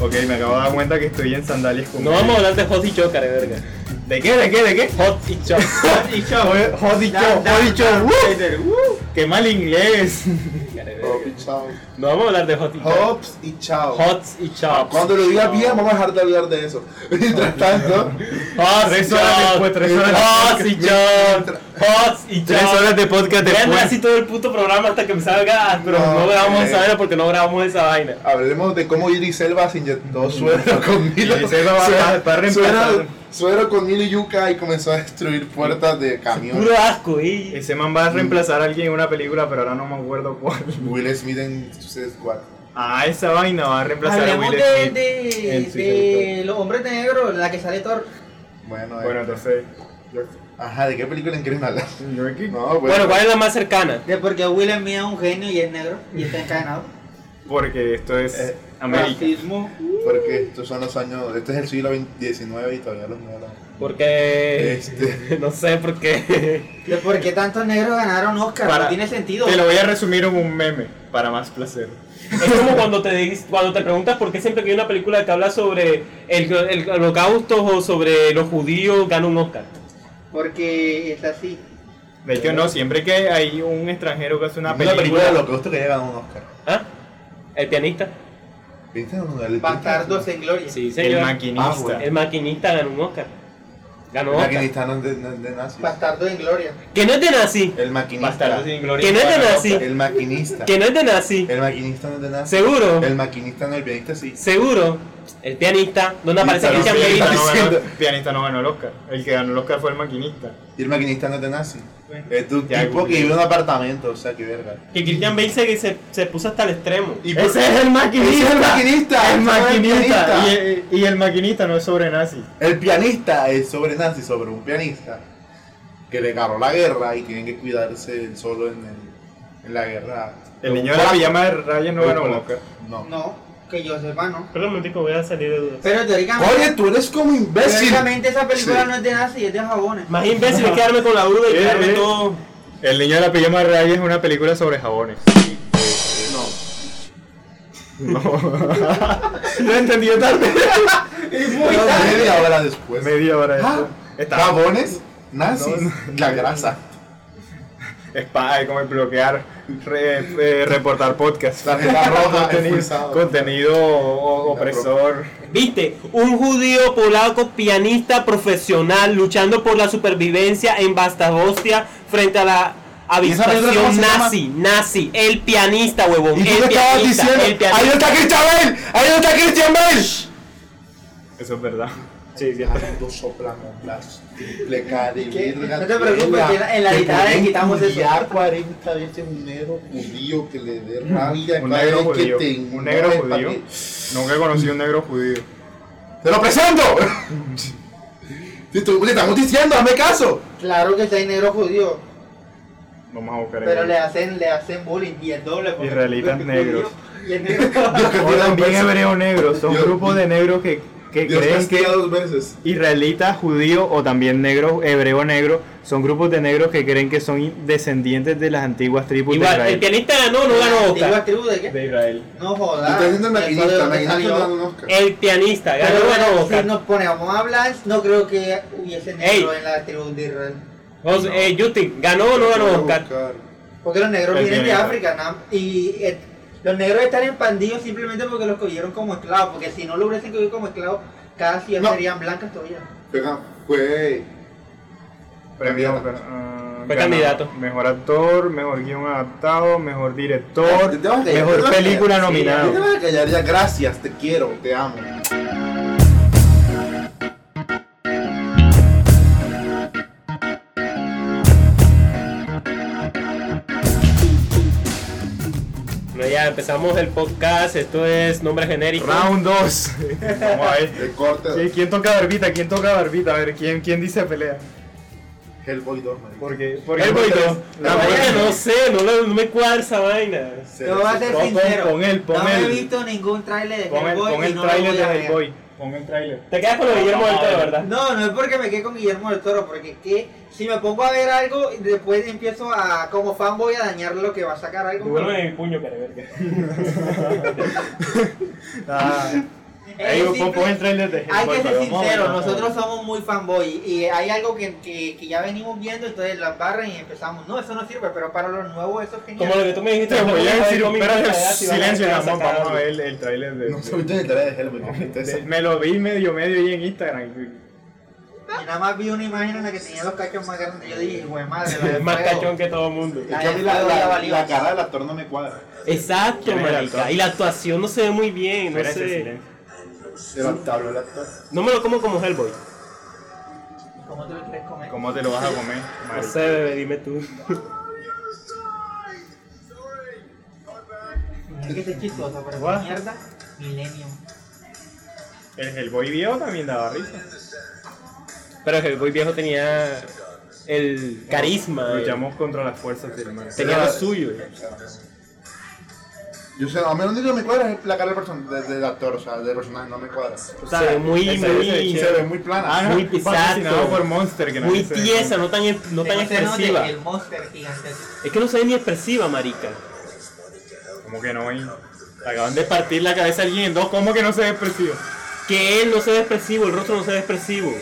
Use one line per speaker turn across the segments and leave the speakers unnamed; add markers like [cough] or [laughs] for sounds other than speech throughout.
Ok, me acabo de dar cuenta que estoy en sandalias con
No vamos a hablar de Hot y Chocar, verga.
¿De qué? ¿De qué? ¿De qué?
Hot y
[laughs]
Chocar.
Hot y Choc.
Jodicho,
Da- da- da-
jodicho, ¡uh!
Peter, ¡uh!
¡Qué mal
[laughs]
inglés!
Hop y chao.
No vamos a hablar de Hot y Chocar.
Hops y chao.
Hot y Chocar.
Cuando lo digas bien, vamos a dejar de hablar de eso. [laughs] Mientras tanto,
Hot y
Tres horas después,
Chocar.
tres horas
Hot y Chocar. Hot y
Tres horas de podcast
Vean así
después.
todo el puto programa hasta que me salga, pero no,
No,
grabamos
eh.
esa vaina porque no grabamos esa vaina.
hablemos de cómo Iris Elba se inyectó suero con Milo.
Iris Mm. Elba va-
suero,
va a reemplazar.
suero- suero con Milo Yuka y comenzó a destruir puertas de camión.
Puro asco, y
Ese man va a reemplazar a alguien en una película, pero ahora no me acuerdo cuál.
Will Smith en Suicide Squad.
Ah, esa vaina va a reemplazar a
Hablemos
Will
de,
Smith. en
de,
Suicide
de los hombres de negro, la que sale Thor.
Bueno, eh.
Bueno, entonces. yo-
Ajá, ¿de qué película en quieren
[laughs]
hablar?
yo aquí.
No, bueno.
Bueno, ¿cuál es la más cercana?
De porque Will Smith es un genio y es negro y está encadenado.
Porque esto es
Eh,
América.
Racismo.
Porque estos son los años. Este es el siglo XIX y todavía los negros.
Eh,
Porque.
Este.
[laughs] No sé por qué.
De por qué tantos negros ganaron Oscar.
Para-
No tiene sentido.
Te lo voy a resumir en un meme, para más placer.
Es como cuando te, dis- cuando te preguntas por qué siempre que hay una película que habla sobre el, el holocausto o sobre los judíos gana un Oscar.
Porque es así.
De hecho, no, siempre que hay un extranjero que hace una
[laughs] Una película de
película.
lo que gusta que haya ganado un Oscar.
¿Ah? ¿El pianista?
¿Viste? El-
Bastardos en gloria.
Sí,
El
señor.
Ah,
maquinista.
bueno.
El maquinista ganó un Oscar. Ganó
El
Oscar.
maquinista no es de, no es de nazis.
Bastardos en gloria.
Que no es de nazi.
El maquinista.
Bastardo sin gloria.
Que no es de
Bueno,
nazi.
El maquinista.
Que no es de nazi.
El maquinista no es de nazis.
Seguro.
El maquinista no, el pianista sí.
Seguro. El pianista. Donde
Pianista
aparece
no,
Christian Bale.
pianista
Pianista no, ganó,
Diciendo-
pianista no ganó el Oscar. El que ganó el Oscar fue el maquinista.
Y el maquinista no es de nazi.
Bueno.
Es de un
Ya,
tipo que
Google.
vive en un apartamento, o sea, que verga.
Que Christian Bale se, se, se puso hasta el extremo.
Y por-
Ese es el maquinista.
¡Ese es el maquinista!
El
¡Ese es el
maquinista.
pianista!
Y, y el maquinista no es sobre nazi.
El pianista es sobre nazi, sobre un pianista que le ganó la guerra y tienen que cuidarse él solo en, el- en la guerra.
El niño de la pijama de Ryan no ganó el Oscar.
No.
No, que yo sepa, no.
Perdón, un momentico, voy a salir de dudas.
Pero teóricamente,
Oye, tú eres como imbécil.
teóricamente esa película
Sí.
no es de nazi, es de jabones.
Más imbécil es quedarme con la duda y
Eh,
quedarme
eh.
todo.
El niño de la pijama de Ryan es una película sobre jabones. No. Lo entendí tarde.
Pero media hora
[laughs]
después.
Media hora
Ah,
después. Estaba
Jabones, nazis,
No,
la grasa.
Spy, como el bloquear, re- eh, reportar podcast.
Tarjeta roja,
[laughs] contenido,
expulsado.
contenido o- opresor.
Viste, un judío polaco pianista profesional luchando por la supervivencia en Bastabostia frente a la
¿Y esa película cómo
habitación
se llama?
nazi, nazi, el pianista, huevón,
Y tú
el,
me estabas
pianista,
diciendo,
el pianista.
ahí está Christian Bale, ahí está Christian Bale.
Eso es
[laughs]
verdad.
Sí, sí. Dos soplamondas, triple K de
¿Qué?
verga,
No te preocupes,
tela,
que en la- en la
que
editada le
pueden
quitamos eso.
culiar 40 veces un negro judío que le dé rabia
Un
cada
negro
vez que
judío.
te
Un negro
ignore,
judío.
papi.
Nunca conocí un negro judío.
¡Te lo
[laughs]
presento! Te estoy- te estamos diciendo, hazme caso.
Claro que sí hay negros judíos,
Vamos a buscar
pero
el-
le hacen, le hacen bullying y el doble. porque-
Israelitas
porque-
negros.
Y el
[laughs]
negro.
O también hebreo negro. Son
Dios-
grupos de negros que, que
Dios
creen que
castiga dos veces.
israelitas, judíos o también negros, hebreo negro, son grupos de negros que creen que son descendientes de las antiguas tribus
Igual,
de
el
Israel.
pianista ganó, no ganó Oscar.
¿Antiguas tribus de qué?
De Israel.
No
Tú
jodas.
estás diciendo el
Ah, ¿Eso de
maquinista, el
dónde
maquinista
salió?
no un Oscar.
El pianista ganó,
Pero
ganó
bueno, si
Oscar.
nos ponemos a hablar, no creo que hubiese negro
Ey.
en la tribu de Israel.
José- eh, Justin, ganó o no
Voy a
ganó Oscar.
Porque los negros
El
vienen de
negro.
África, ¿no? Y eh, los negros están en pandillos simplemente porque los cogieron como esclavos. Porque si no lo hubiesen cogido como esclavos, cada ciudad
No.
serían blancas todavía.
Venga, güey.
Premio.
Candidato.
ah,
pues, Fue
ganado.
candidato.
Mejor actor, mejor guión adaptado, mejor
Ah,
director,
te vas a callar, te vas
mejor
a
película
callar. Sí,
Ya te
nominada.
vas a callar ya, gracias, te quiero, te amo.
Bueno, ya empezamos el podcast, esto es nombre genérico.
Round
[laughs]
2. Vamos a ver.
El corte
Sí,
de
¿Quién toca barbita? ¿Quién toca barbita? A ver, ¿quién, quién dice pelea?
Hellboy 2, marica.
Porque, porque
El boito.
La
La vaina no sé, no, la- no me cuadra esa vaina.
Se
Te voy a
les-
ser
pon-
sincero.
pon él, pon
no
él.
he visto ningún tráiler de
Pon el,
Hellboy.
pon
y
el
no lo
trailer
voy a
de
ver.
Hellboy. Pon el trailer.
[laughs] Te quedas con lo de Guillermo del Toro, ¿verdad?
No, no es porque me quedé con Guillermo del Toro, porque que si me pongo a ver algo, después empiezo a, como fanboy, a dañar lo que va a sacar algo.
Devuélveme mi puño, cara, verga.
Ah,
Es
Ahí, pon,
simple-
pon el trailer de
Hay que
Hellboy, pero vamos a ver,
ser sinceros,
vamos a ver.
nosotros somos muy fanboy y hay algo que, que, que ya venimos viendo, entonces las barran y empezamos. No, eso no sirve, pero para los nuevos eso es genial.
Como lo que tú me dijiste.
Te voy a decir,
cómic,
espérate,
¿verdad? Si van a
silencio,
sacar-
Ramón, vamos a
sacar-
ver el, el trailer de...
No
de-
se me en el tarea de Hellboy, ¿no?
de-
Entonces,
me lo vi medio medio ahí en Instagram.
Y nada más vi una imagen en la que tenía los cachos más grandes. Yo dije, güey, madre, la
[laughs]
del
Más
fuego".
cachón que todo el mundo.
es que a mí la, la- la cara del actor no me cuadra.
Exacto,
¿Quién es el
marica.
actor?
Y la actuación no se ve muy bien, no
Espérate,
sé.
silencio.
Se va a hablar el actor.
No me lo como como Hellboy.
¿Cómo te lo quieres comer?
¿Cómo te lo vas a comer?
No
marica?
sé, bebé, dime tú.
Es que este es chistoso, pero
Guau.
esa mierda, Millennium.
El Hellboy viejo también daba risa.
Pero Hellboy viejo tenía el carisma. eh.
Luchamos contra las fuerzas del mal.
Tenía lo suyo. eh.
Yo sé, a mí lo único que me cuadra es la cara del, person- de- del actor, o sea, del personaje, no me cuadra.
Se ve muy,
ese-
muy,
ese-
Se ve muy plana.
Ah, no,
Muy
muy patrocinado
exacto.
por Monster. Que no
muy
sé.
tiesa, no tan, no tan
Tenemos este, de-
expresiva.
El monster gigantesco.
Es que no se ve ni expresiva, marica.
Como que no hay. Te acaban de partir la cabeza a alguien en dos. ¿Cómo que no se ve expresivo?
Que él no se ve expresivo, el rostro no se ve expresivo.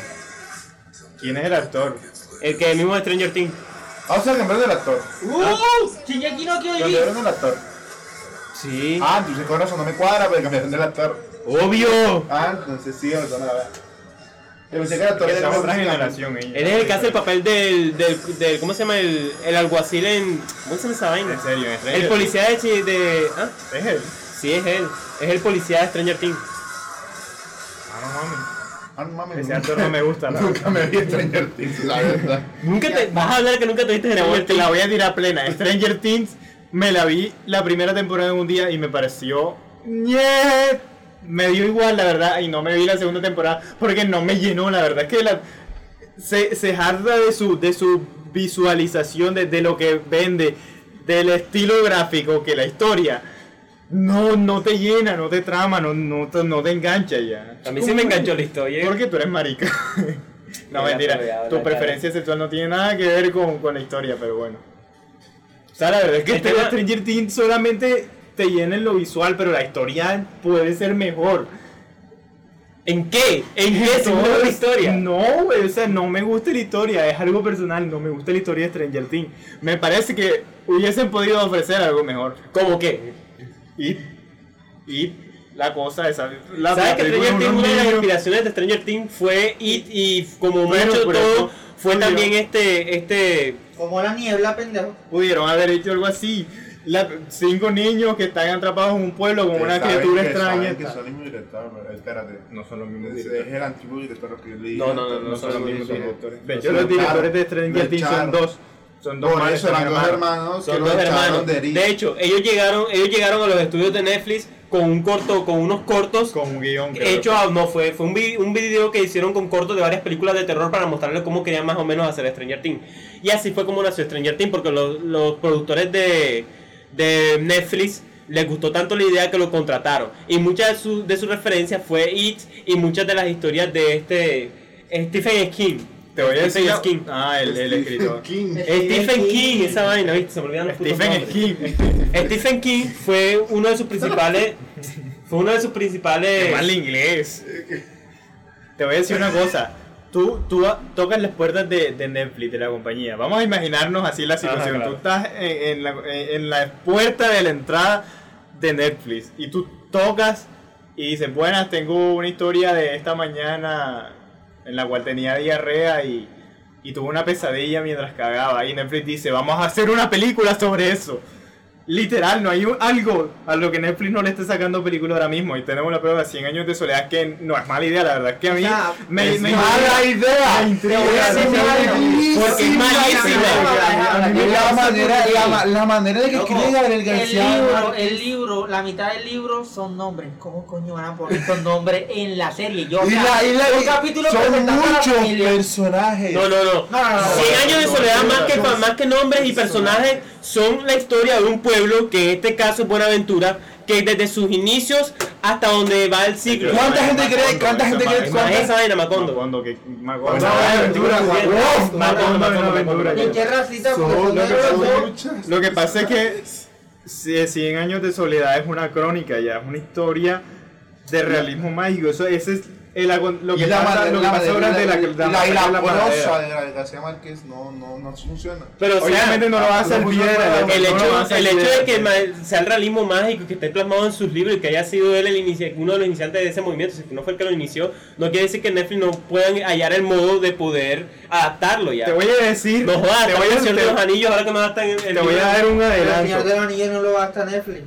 ¿Quién es el actor?
El que mismo de Stranger Things.
Ah, o sea, que en vez del actor.
¡Uh! Shingeki no
Lo
Kyojin.
cambiaron del actor.
Sí.
Ah, entonces con razón no me cuadra, pero cambiaron del actor.
¡Obvio!
Ah, entonces sí, me suena la verdad. Yo pensé que el actor
Que
era
sea otra
mexicano.
generación. ella.
Él es el que hace el papel del, del, del- ¿cómo se llama? El, el alguacil en, ¿cómo se llama esa
En
vaina?
serio, en serio.
El policía de, chi- de, ah,
Es él.
sí es él, es el policía de Stranger Things.
Ah, no mames.
Ah, no mames.
Ese
nunca-
actor
[laughs]
no me gusta. La
Nunca me vi Stranger Things, la verdad.
Nunca te, vas a hablar que nunca tuviste
Te la voy,
Stranger
te
Things.
la voy a tirar plena. ¿eh? Stranger Things me la vi la primera temporada en un día y me pareció. "Ñe". Me dio igual, la verdad, y no me vi la segunda temporada porque no me llenó, la verdad. Que la, se, se jarda de su, de su visualización, de, de lo que vende, del estilo gráfico, que la historia. No, no te llena, no te trama, no, no, te, no te engancha ya.
A mí sí me enganchó la historia.
Porque tú eres marica. [laughs]
Mira,
no,
te voy a
mentira.
hablar,
Tu preferencia sexual no tiene nada que ver con, con la historia, pero bueno. O sea, la verdad es que
El
este
tema-
Stranger Things solamente te llena en lo visual, pero la historia puede ser mejor.
¿En qué? ¿En qué se mueve la
Entonces,
historia?
No, güey, o sea, no me gusta la historia, es algo personal, no me gusta la historia de Stranger Things. Me parece que hubiesen podido ofrecer algo mejor.
¿Cómo qué?
Y, y la cosa esa. La
¿Sabes que
película
Stranger
de
Things,
unos
una de las
niños-
inspiraciones de Stranger Things fue It y como
Bueno,
mucho
por
todo,
eso,
fue
yo-
también este, este,
Como la niebla, pendejo.
pudieron haber hecho algo así. La- cinco niños que están atrapados en un pueblo con una
Saben
criatura
que-
extraña.
saben que son el mismo director, pero espérate.
No son los
Ese Es el antiguo director que yo leí.
No, no, no, no son los mismos
De hecho, los este directores de Stranger Things son dos. Son dos
Por
males,
eso
son
eran dos
hermanos.
hermanos que
Son
los
dos
echaron
hermanos.
de Rí.
De hecho, ellos llegaron, ellos llegaron a los estudios de Netflix con un corto, con unos cortos
Con un guión. creo.
hecho a- no fue, fue un, vi- un video que hicieron con cortos de varias películas de terror para mostrarles cómo querían más o menos hacer Stranger Things. Y así fue como nació Stranger Things, porque los, los productores de, de Netflix les gustó tanto la idea que lo contrataron. Y muchas de sus de sus referencias fue It y muchas de las historias de este Stephen King.
Te voy a
Stephen
decir.
King.
Ah, el, el escritor.
King.
Stephen
Stephen
King,
King.
esa vaina, ¿viste? Se me olvidan los putos
Stephen
nombres.
King.
Eh, Stephen King fue uno de sus principales. Fue uno de sus principales.
Qué mal inglés. Te voy a decir una cosa. Tú, tú a- tocas las puertas de, de Netflix, de la compañía. Vamos a imaginarnos así la situación.
claro.
Tú estás en, en la, en la puerta de la entrada de Netflix y tú tocas y dicen, buenas, tengo una historia de esta mañana en la cual tenía diarrea y, y tuve una pesadilla mientras cagaba. Y Netflix dice, vamos a hacer una película sobre eso. Literal, no hay un- algo a lo que Netflix no le esté sacando película ahora mismo. Y tenemos la prueba de 100 años de soledad, que no es mala idea, la verdad. Que a mí
O sea,
me,
es
me
mala idea.
Me intriga,
Te
voy a
la
decir
verdad.
algo.
Porque es
Malísima
malísima.
idea.
A mí me
La
llama
manera, la, ma- la manera de que
Loco,
escribe Gabriel García.
el libro,
Márquez.
el libro, la mitad del libro son nombres. ¿Cómo coño van a poner estos nombres en la serie? Yo, o
Y
sea,
la, y la,
un capítulo
son
presentando a la
muchos
familia.
personajes.
No, no, no.
No, no, no.
100 años de soledad, más que, pa- más que nombres y personajes, son la historia de un pueblo, que en este caso es Buenaventura, que desde sus inicios hasta donde va el siglo.
¿Cuánta gente cree? ¿Cuánta gente cree?
Es más, esa
¿Cuánta?
vaina, Macondo.
Macondo, que Macondo.
Buena aventura,
Uf,
guau.
Macondo, Macondo, Macondo.
¿De qué racita? Porque
Son-
son
lo que
negros,
son
son-
muchas.
Lo que pasa es que 100 años de soledad es una crónica, ya es una historia de realismo mágico. Eso, ese es el, agon- lo
Y
que
la
pasa
madre-
lo que
la
pasa
madre-
ahora de la
y
la
la- y la
madera, la
brosa
madera.
de la García Márquez no, no, no funciona.
Pero o sea,
Obviamente no lo va a hacer
no
bien.
funciona,
el-
no
el
no lo va a
hecho,
hacer
el hecho
bien.
de que ma- sea el realismo mágico que esté plasmado en sus libros y que haya sido él el inicia- uno de los iniciantes de ese movimiento, si no fue el que lo inició, no quiere decir que Netflix no puedan hallar el modo de poder adaptarlo ya.
Te voy a decir.
no jodas,
te
está
voy
en
a-
el Señor
te-
de los anillos ahora que no adaptan el, el
te voy
libro.
a dar un
Pero el Señor
adelanto.
de los Anillos no lo va a estar Netflix.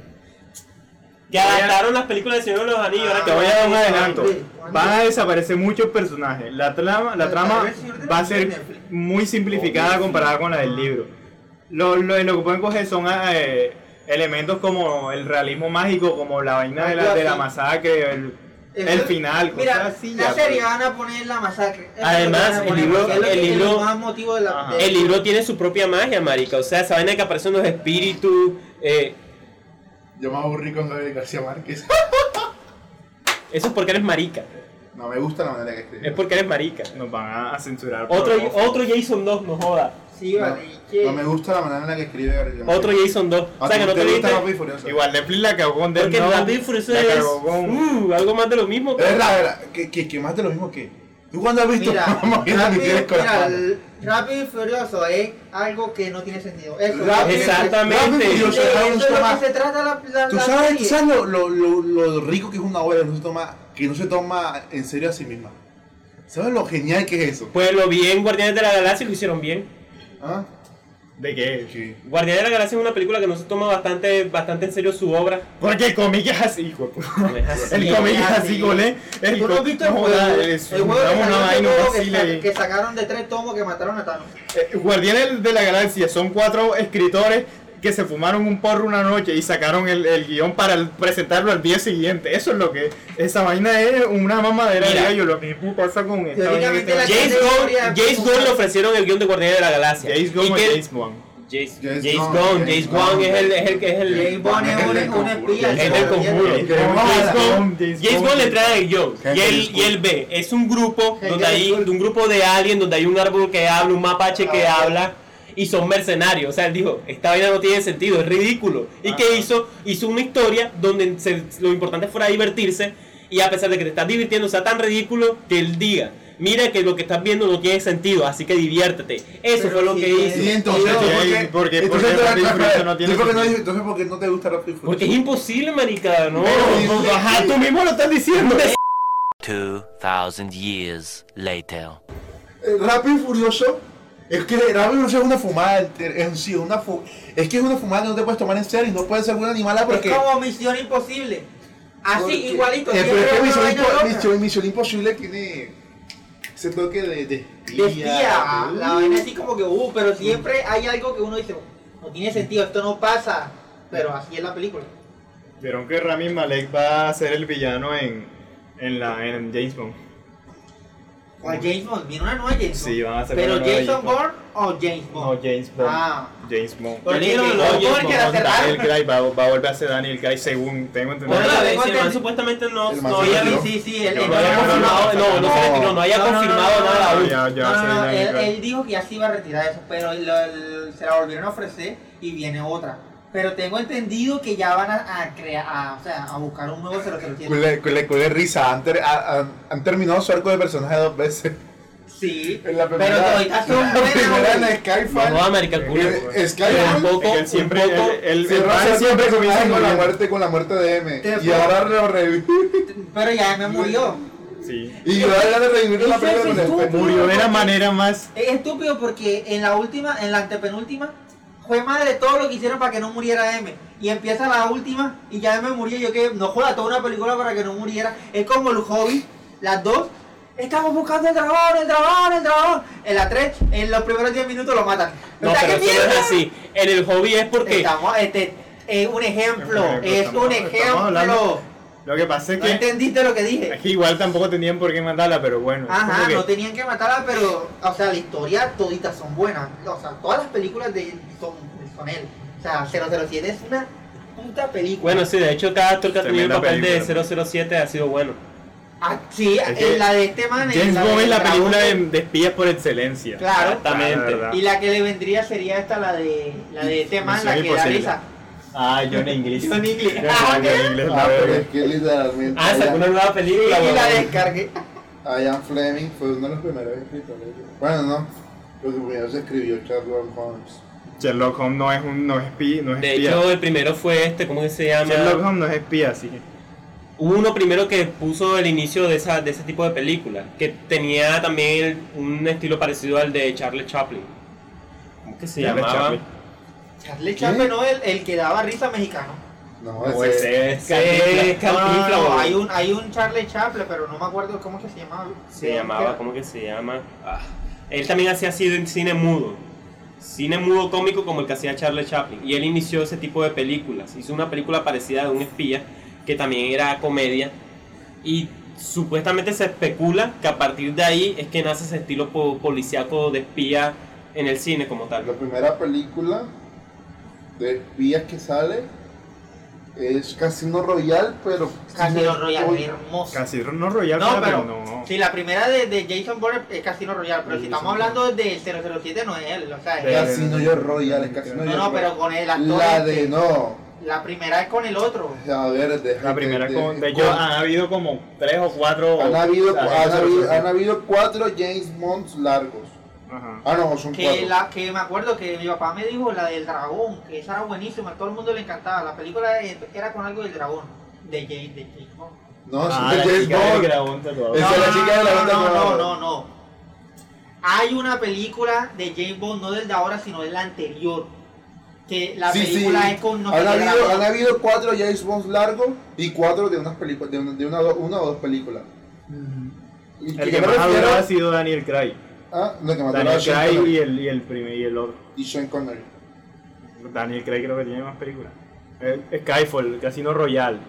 Que adaptaron las películas del Señor de los Anillos. ahora
Te
que
voy a dar un adelanto.
Sí.
Van a desaparecer muchos personajes. La trama, la
Pero
trama
tal vez Señor de los
va a ser
Anillos es Netflix.
muy simplificada comparada con la del libro. Lo, lo, lo que pueden coger son eh, elementos como el realismo mágico, como la vaina de la, de la masacre, el, el
Eso-
final, cosas
Mira,
así.
la
ya, pues.
serie
pero-
van a poner la masacre. Eso es lo que
Además,
van a
el
poner,
libro-
porque es lo
el
que-
libro-
el más motivo de la.
Ajá.
de-
El libro tiene su propia magia, marica. O sea, esa vaina que aparecen los espíritus. eh,
Yo me aburrí con Gabriel García Márquez.
eso es porque eres marica.
No me gusta la manera que
Es
escribe.
porque eres marica.
Nos van a- a censurar. por
Otro,
favor.
otro Jason 2, no joda.
Sí,
No,
vale. y que-
no me gusta la manera en la que escribe Gabriel García
Otro Jason 2. O
¿A
sea,
ti
que no
te
te
gusta
viste.
Rápido y Furioso?
Igual Netflix la cagó con Death
Porque el
Note,
Rápido y Furioso
la Eh,
es
cagó con-
uh, algo más de lo mismo.
Es verdad, es verdad. Que, que, que más de lo mismo que. ¿Tú cuándo has visto? [laughs]
Mira,
Mamá, que no ni
rápido,
tienes con
mira,
la mano.
el rápido y furioso es algo que no tiene sentido. Eso,
Rápido- Rápido y
Exactamente.
De
Furioso es algo
eso es lo
más-
que se trata la, la,
¿Tú
la
sabes, tú
serie.
sabes lo, lo, lo, lo rico que es una obra que no, se toma, que no se toma en serio a sí misma? ¿Sabes lo genial que es eso?
Pues lo vi en Guardianes de la Galaxia y lo hicieron bien.
¿Ah?
¿De qué?
Que-
Guardianes de la Galaxia es una película que no se toma bastante, bastante en serio su obra.
Porque el cómic es así, hijo de puta.
No es así. Eh,
El cómic es así,
así.
gole. El
¿Tú no has
cómic-
visto el
no,
juego?
da,
El
es-
juego que
damos una
salió hace
vaina
poco que
así,
sa-
le-
que sacaron de tres tomos que mataron a Thanos.
Eh, Guardianes de la Galaxia son cuatro escritores que se fumaron un porro una noche y sacaron el, el guión para el- presentarlo al día siguiente. Eso es lo que esa vaina es una mamadera de
Mira.
gallo. Lo mismo pasa con esta vaina que
Teóricamente la-
está-
James Gunn, James Gunn le ofrecieron el guión de Guardianes de la Galaxia.
James
Y
Gunn o
que-
James Gunn.
James,
James
James
Gunn,
Gunn,
James
James Gunn es el, es el, es el-
James Bond es un-
del
un
conjuro.
espía.
Es del conjuro.
James Gunn,
James
Gunn,
James Bond le trae el guión
¿Qué
y
es
él,
James
y él ve, es un grupo
Gente
donde
del
hay
sur.
de un grupo de aliens, donde hay un árbol que habla, un mapache que
Ah.
habla y son mercenarios. O sea, él dijo, esta vaina no tiene sentido, es ridículo. ¿Y qué hizo? Hizo una historia donde se- lo importante fuera divertirse y a pesar de que te estás divirtiendo sea tan ridículo que él diga, mira que lo que estás viendo no tiene sentido, así que diviértete. Eso
Pero
fue lo
sí
que
tiene
hizo.
Y entonces,
Sí,
¿por qué?
porque- porque
entonces,
Rápido y
te-
Furioso no tiene
entonces, ¿por qué no-
sentido.
entonces, ¿por qué no te gusta Rápido y
Porque
Furioso?
es imposible, marica, no.
Pero-
Ajá, tú mismo lo estás diciendo.
2,000 years later.
Eh, Rápido y Furioso es que Rápido y Furioso es una fumada, alter- es, sí, una fu- es que es una fumada que no te puedes tomar en serio y no puedes ser buena ni mala porque...
Es como Misión Imposible. Así,
porque-
igualito.
Eh, pero
siempre
es que
una
Misión,
vaina
Impo-
loca.
Misión- Misión Imposible tiene ese toque de, de
De
espía.
espía.
Uh.
La vaina así como que, uh, pero siempre hay algo que uno dice, no tiene sentido, esto no pasa. Pero así es la película.
Vieron que Rami Malek va a ser el villano en, en, la, en James Bond.
O James Bond, viene una nueva James Bond.
Sí, van a sacar
Pero
una nueva
Jason
James Bond.
Bourne o James
No,
Bond.
James Bond.
Ah.
James Bond.
Yo
Porque
le digo,
James
no,
Bond
James
que
Bond,
la
Daniel
cerraron.
Craig va, va a volver a ser Daniel Craig según tengo entendido.
Otra vez, el man
Porque-
supuestamente no,
El man
no
se
había
retiró.
Sí, sí, él.
No,
él-
No
no,
haya
no,
confirmado, no, no se
no.
retiró, no haya
No, no, no,
confirmado
no,
nada
no,
aún.
Ya, ya,
No, no,
sí,
no,
Daniel
él,
Craig.
él dijo que ya se iba a retirar eso, pero lo- el- se la volvieron a ofrecer y viene otra. Pero tengo entendido que ya van a, a crear, a- o sea, a buscar un nuevo 007.
Le, le, le risa, han, ter- ha- han- han terminado su arco de personaje dos veces. [laughs]
Sí,
En la
pero
primera,
todavía son
la primera
buenas.
en
güey.
Skyfall.
No, no, América el culo.
Eh,
güey.
Skyfall.
Un
Es
poco,
que
un
él siempre, él-
poco.
él- él-
Se
el man
raza siempre comienza con la
muriendo.
muerte, con la muerte de M.
Te
Y
fue.
ahora lo revivió.
Pero ya me murió.
Sí.
[laughs] Y ahora lo revivió en la
Eso es
película con el
estúpido.
Murió de la manera más.
Es estúpido porque en la última, en la antepenúltima, fue madre todo lo que hicieron para que no muriera M. Y empieza la última y ya M murió. y Yo que no joda toda una película para que no muriera. Es como el hobby, las dos. Estamos buscando el dragón, el dragón, el dragón. En la tres, en los primeros 10 minutos lo matan.
No,
O sea,
pero
¿qué
eso no es
mierda?
así. En el hobby es porque.
Estamos, este, es un ejemplo, es
Estamos-
un
estamos hablando-
ejemplo.
Lo que pasa es
No
que,
entendiste lo que dije.
es que igual tampoco tenían por qué mandarla, pero bueno. es como
Ajá,
que-
no tenían que matarla, pero, o sea, la historia toditas son buenas. O sea, todas las películas de él son, son él. O sea, 007 es una puta película.
Bueno, sí, de hecho, cada actor que ha tenido el
Tremenda
papel
película.
de 007 ha sido bueno.
Ah, sí,
Es que
en la de este man. en
James
la
Bond
de
es la
Dragon
película de,
Ball.
de espías por excelencia.
Claro.
La
Exactamente.
verdad.
Y la que le vendría sería esta, la de la de este man,
Misión
la que
Imposible.
da risa.
Ah, Johnny English.
Son inglés.
Johnny English, la
Ah, pero
verga.
es que literalmente.
Ah, sacó una
Ian,
nueva película,
Y la
weón.
descargué.
Ian Fleming fue uno de los primeros escritores. Bueno, no. pues Los primeros escribió Sherlock Holmes.
Sherlock Holmes no es un no es espía, no es
De
espía.
hecho, el primero fue este, ¿cómo que se llama?
Sherlock Holmes no es espía, sí.
Hubo uno primero que puso el inicio de, esa, de ese tipo de película, que tenía también un estilo parecido al de Charles Chaplin. ¿Cómo que se
Charles
llamaba?
Chaplin.
Charlie Chaplin no el, el que daba risa mexicano.
No,
No,
ese.
ese es Cantinflas.
Ese es Cantinflas,
No, no, no,
weón.
hay un, hay un Charlie Chaplin, pero no me acuerdo cómo que se llamaba.
Se llamaba, ¿cómo que se llama? Ah. Él también hacía cine cine mudo. Cine mudo cómico como el que hacía Charles Chaplin. Y él inició ese tipo de películas. Hizo una película parecida de un espía, que también era comedia. Y supuestamente se especula que a partir de ahí es que nace ese estilo po- policíaco de espía en el cine como
La
tal.
primera película de espías que sale es Casino Royale, pero.
Casino
Sí,
Royale,
uy,
hermoso.
Casino no Royal,
No,
pero,
pero,
no.
si la primera de, de Jason Bourne es Casino Royale, pero si estamos hablando del 007 no es él, o sea, es
Pero-
Casino Royale, es Casino
No, no, pero con el actor.
La
este,
de no.
La primera es con el otro.
A ver, de,
La primera
de-
con.
de-
De hecho, han habido como tres o cuatro.
eh, Han habido,
Ah,
han,
sí,
habido,
sí.
han habido cuatro James Bonds largos.
Ajá.
Ah, no, son
Que,
cuatro.
la, que me acuerdo que mi papá me dijo la del dragón, que esa era buenísima, a todo el mundo le encantaba. La película era con algo del dragón, de James, de James Bond.
No, son
Ah,
de
la
James
chica del
Bond.
dragón tatuado.
Esa es la chica de la banda
no, no,
nueva.
no, no. Hay una película de James Bond, no del de ahora, sino del anterior. Que la
Sí, sí.
película es con no sé
han,
qué
habido,
dragón.
han habido cuatro James Bonds largos y cuatro de unas películas, de una, de una, una o dos películas. Y
El
que
que
me
más ha
refiero-
durado ha sido Daniel Craig.
Ah, no, que mataron a
Daniel
Sean
Craig y
Connery.
el, y el primer y el otro.
Y Sean Connery.
Daniel Craig creo que tiene más películas. Eh, Skyfall, Casino Royale.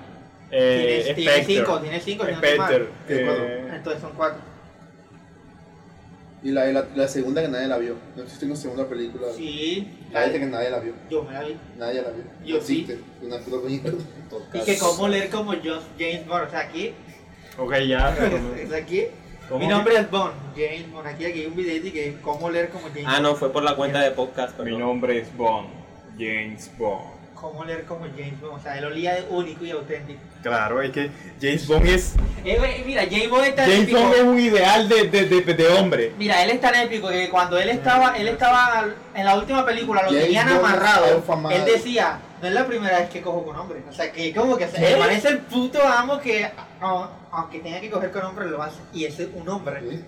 Eh,
Tiene- tiene
Spectre.
cinco, tiene cinco, si no estoy mal.
Spectre.
Tiene cuatro.
eh,
Entonces son cuatro.
Y la, la, la segunda que nadie la vio. No existe una segunda película.
Sí,
La esta que nadie la vio.
yo me la vi.
Nadie la vio.
Yo
No
sí.
existe. Una puta
Y
película.
que cómo leer como Just James Bond, o sea, aquí, [laughs]
Ok, ya.
es aquí. Mi nombre es Bond, James Bond. Aquí, aquí hay un video de que cómo leer como James
Ah, no, fue por la cuenta de podcast.
Mi
perdón.
nombre es Bond. James Bond.
Cómo leer como James Bond, o sea, él olía de único y auténtico.
Claro, es que James Bond es.
Eh, güey, mira, James Bond es tan
James
épico.
Bond es un ideal de, de, de, de hombre.
Mira, él es tan épico que cuando él estaba, él estaba al- en la última película, lo
James
tenían
Bond es
amarrado.
alfa male.
Él decía, no es la primera vez que cojo con hombre. O sea, que como que se
¿Qué?
me parece el puto amo que, no, aunque tenga que coger con hombre, lo hace. Y ese es un hombre. [laughs]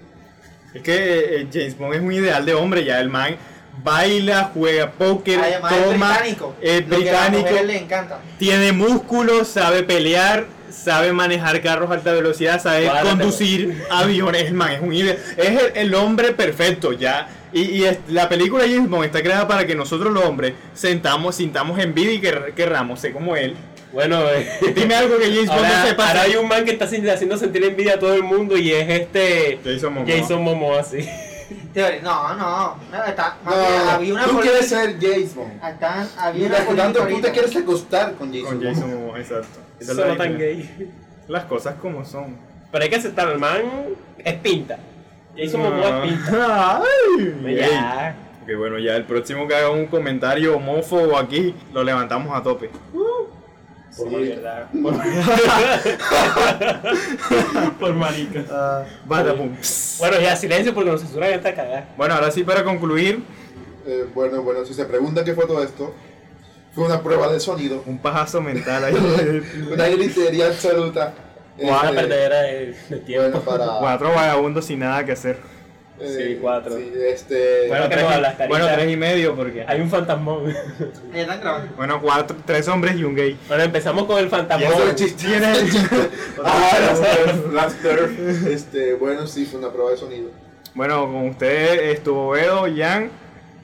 Es que eh, eh, James Bond es un ideal de hombre, ya el man baila, juega póker,
Además,
toma,
es británico.
es
Lo que a las
británico,
mujeres les encanta.
tiene músculos, sabe pelear, sabe manejar carros a alta velocidad, sabe
Guárdate.
conducir aviones, el man es un ideal, es el, el hombre perfecto ya. Y, y es- la película James Bond está creada para que nosotros los hombres sentamos, sintamos envidia y quer- querramos ser como él.
Bueno, eh,
Dime algo que James Bond
[laughs] ahora,
no sepa.
ahora
hacer.
hay un man que está sin- haciendo sentir envidia a todo el mundo y es este
Jason Momoa.
Jason Momoa, sí.
Teoría, No, no, no, está, más
No,
bien, había una
Ah, tú
poli-
quieres ser James Bond.
Acá había una
Mira, por tanto, tú te
polémica ahorita.
quieres acostar con Jason
Con
Bond.
Jason Momoa, exacto. Esa
Eso
es la
no tan
diferencia.
gay.
Las cosas como son.
Pero hay que aceptar, el man es pinta. Jason Momoa es pinta.
Ah. [laughs]
Pues
Ay, ey.
Ya.
Ok, bueno, ya el próximo que haga un comentario homófobo aquí, lo levantamos a
[laughs]
tope.
Por
Sí,
marica. Por marica.
Bada boom. Psst.
Bueno, ya, silencio porque nos censuran esta cagada.
Bueno, ahora sí para concluir,
Eh, bueno, bueno, si se pregunta qué fue todo esto, fue una prueba
[laughs]
de sonido.
un pajazo mental
[laughs]
ahí.
Una gritería absoluta.
Una
Este,
perdedera de, de
[laughs]
tiempo.
Bueno, para.
Cuatro vagabundos sin nada que hacer.
eh,
Sí, cuatro.
sí, este.
Bueno,
tres,
tengo
y-
las caritas.
bueno, tres y medio porque.
Hay un fantasmón. [laughs]
Ya están grabando.
Bueno, cuatro, tres hombres y un gay.
Bueno, empezamos con el
Y eso
fantasmón.
es chiste.
¿Tiene?
[laughs] Ah, las perf, las perf. Este, bueno, sí, fue una prueba de sonido.
bueno, con ustedes estuvo Edo, Jan,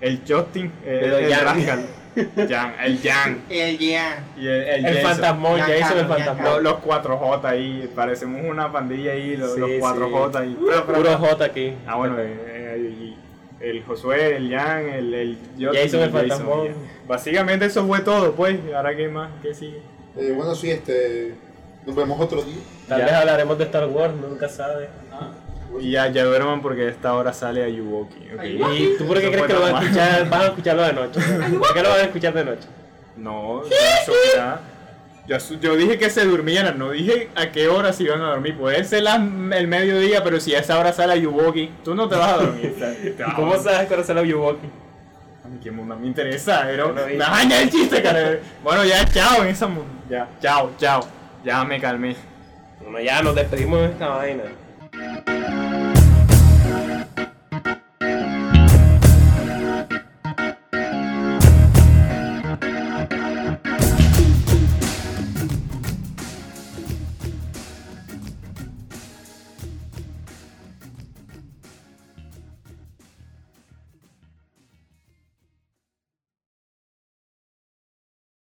el Justin, el,
Edo,
el
Jan.
Rascal,
[laughs]
Jan, el Jan
El Jean.
y el, el
El
Jason.
fantasmón,
Ya
Jason el
acabo, ya
Lo-
fantasmón.
Los 4J ahí, parecemos una pandilla ahí, los,
Sí,
los
sí.
4J ahí.
Puro J aquí.
Ah, bueno, eh, eh, y el Josué, el Jan, el, el yo-
Jason, el
Jason,
fantasmón.
ya. Básicamente eso fue todo, pues. Ahora qué más, qué sigue.
Eh, bueno, sí, este. Nos vemos otro día.
Tal
Ya.
vez hablaremos de Star Wars, nunca sabes.
Y ya, ya duerman porque a esta hora sale a Yuwoki. ok.
¿Y tú por qué
Eso
crees
fue
que
todo
lo van a
más.
escuchar? Van a escucharlo de noche. ¿Por qué lo van a escuchar de noche?
No, no hizo nada. Yo, asu- yo dije que se durmieran, no dije a qué hora se iban a dormir. Puede ser las- el mediodía, pero si a esa hora sale a Yuboki, tú no te vas a
[laughs]
dormir. Te vas a
¿Cómo sabes que ahora sale Yuwoki?
A mí que no me interesa, pero
Yo lo vi.
me daña el chiste, cara. Bueno, ya chao en esa mu- ya, chao, chao. Ya me calmé.
Bueno, ya nos despedimos de esta vaina.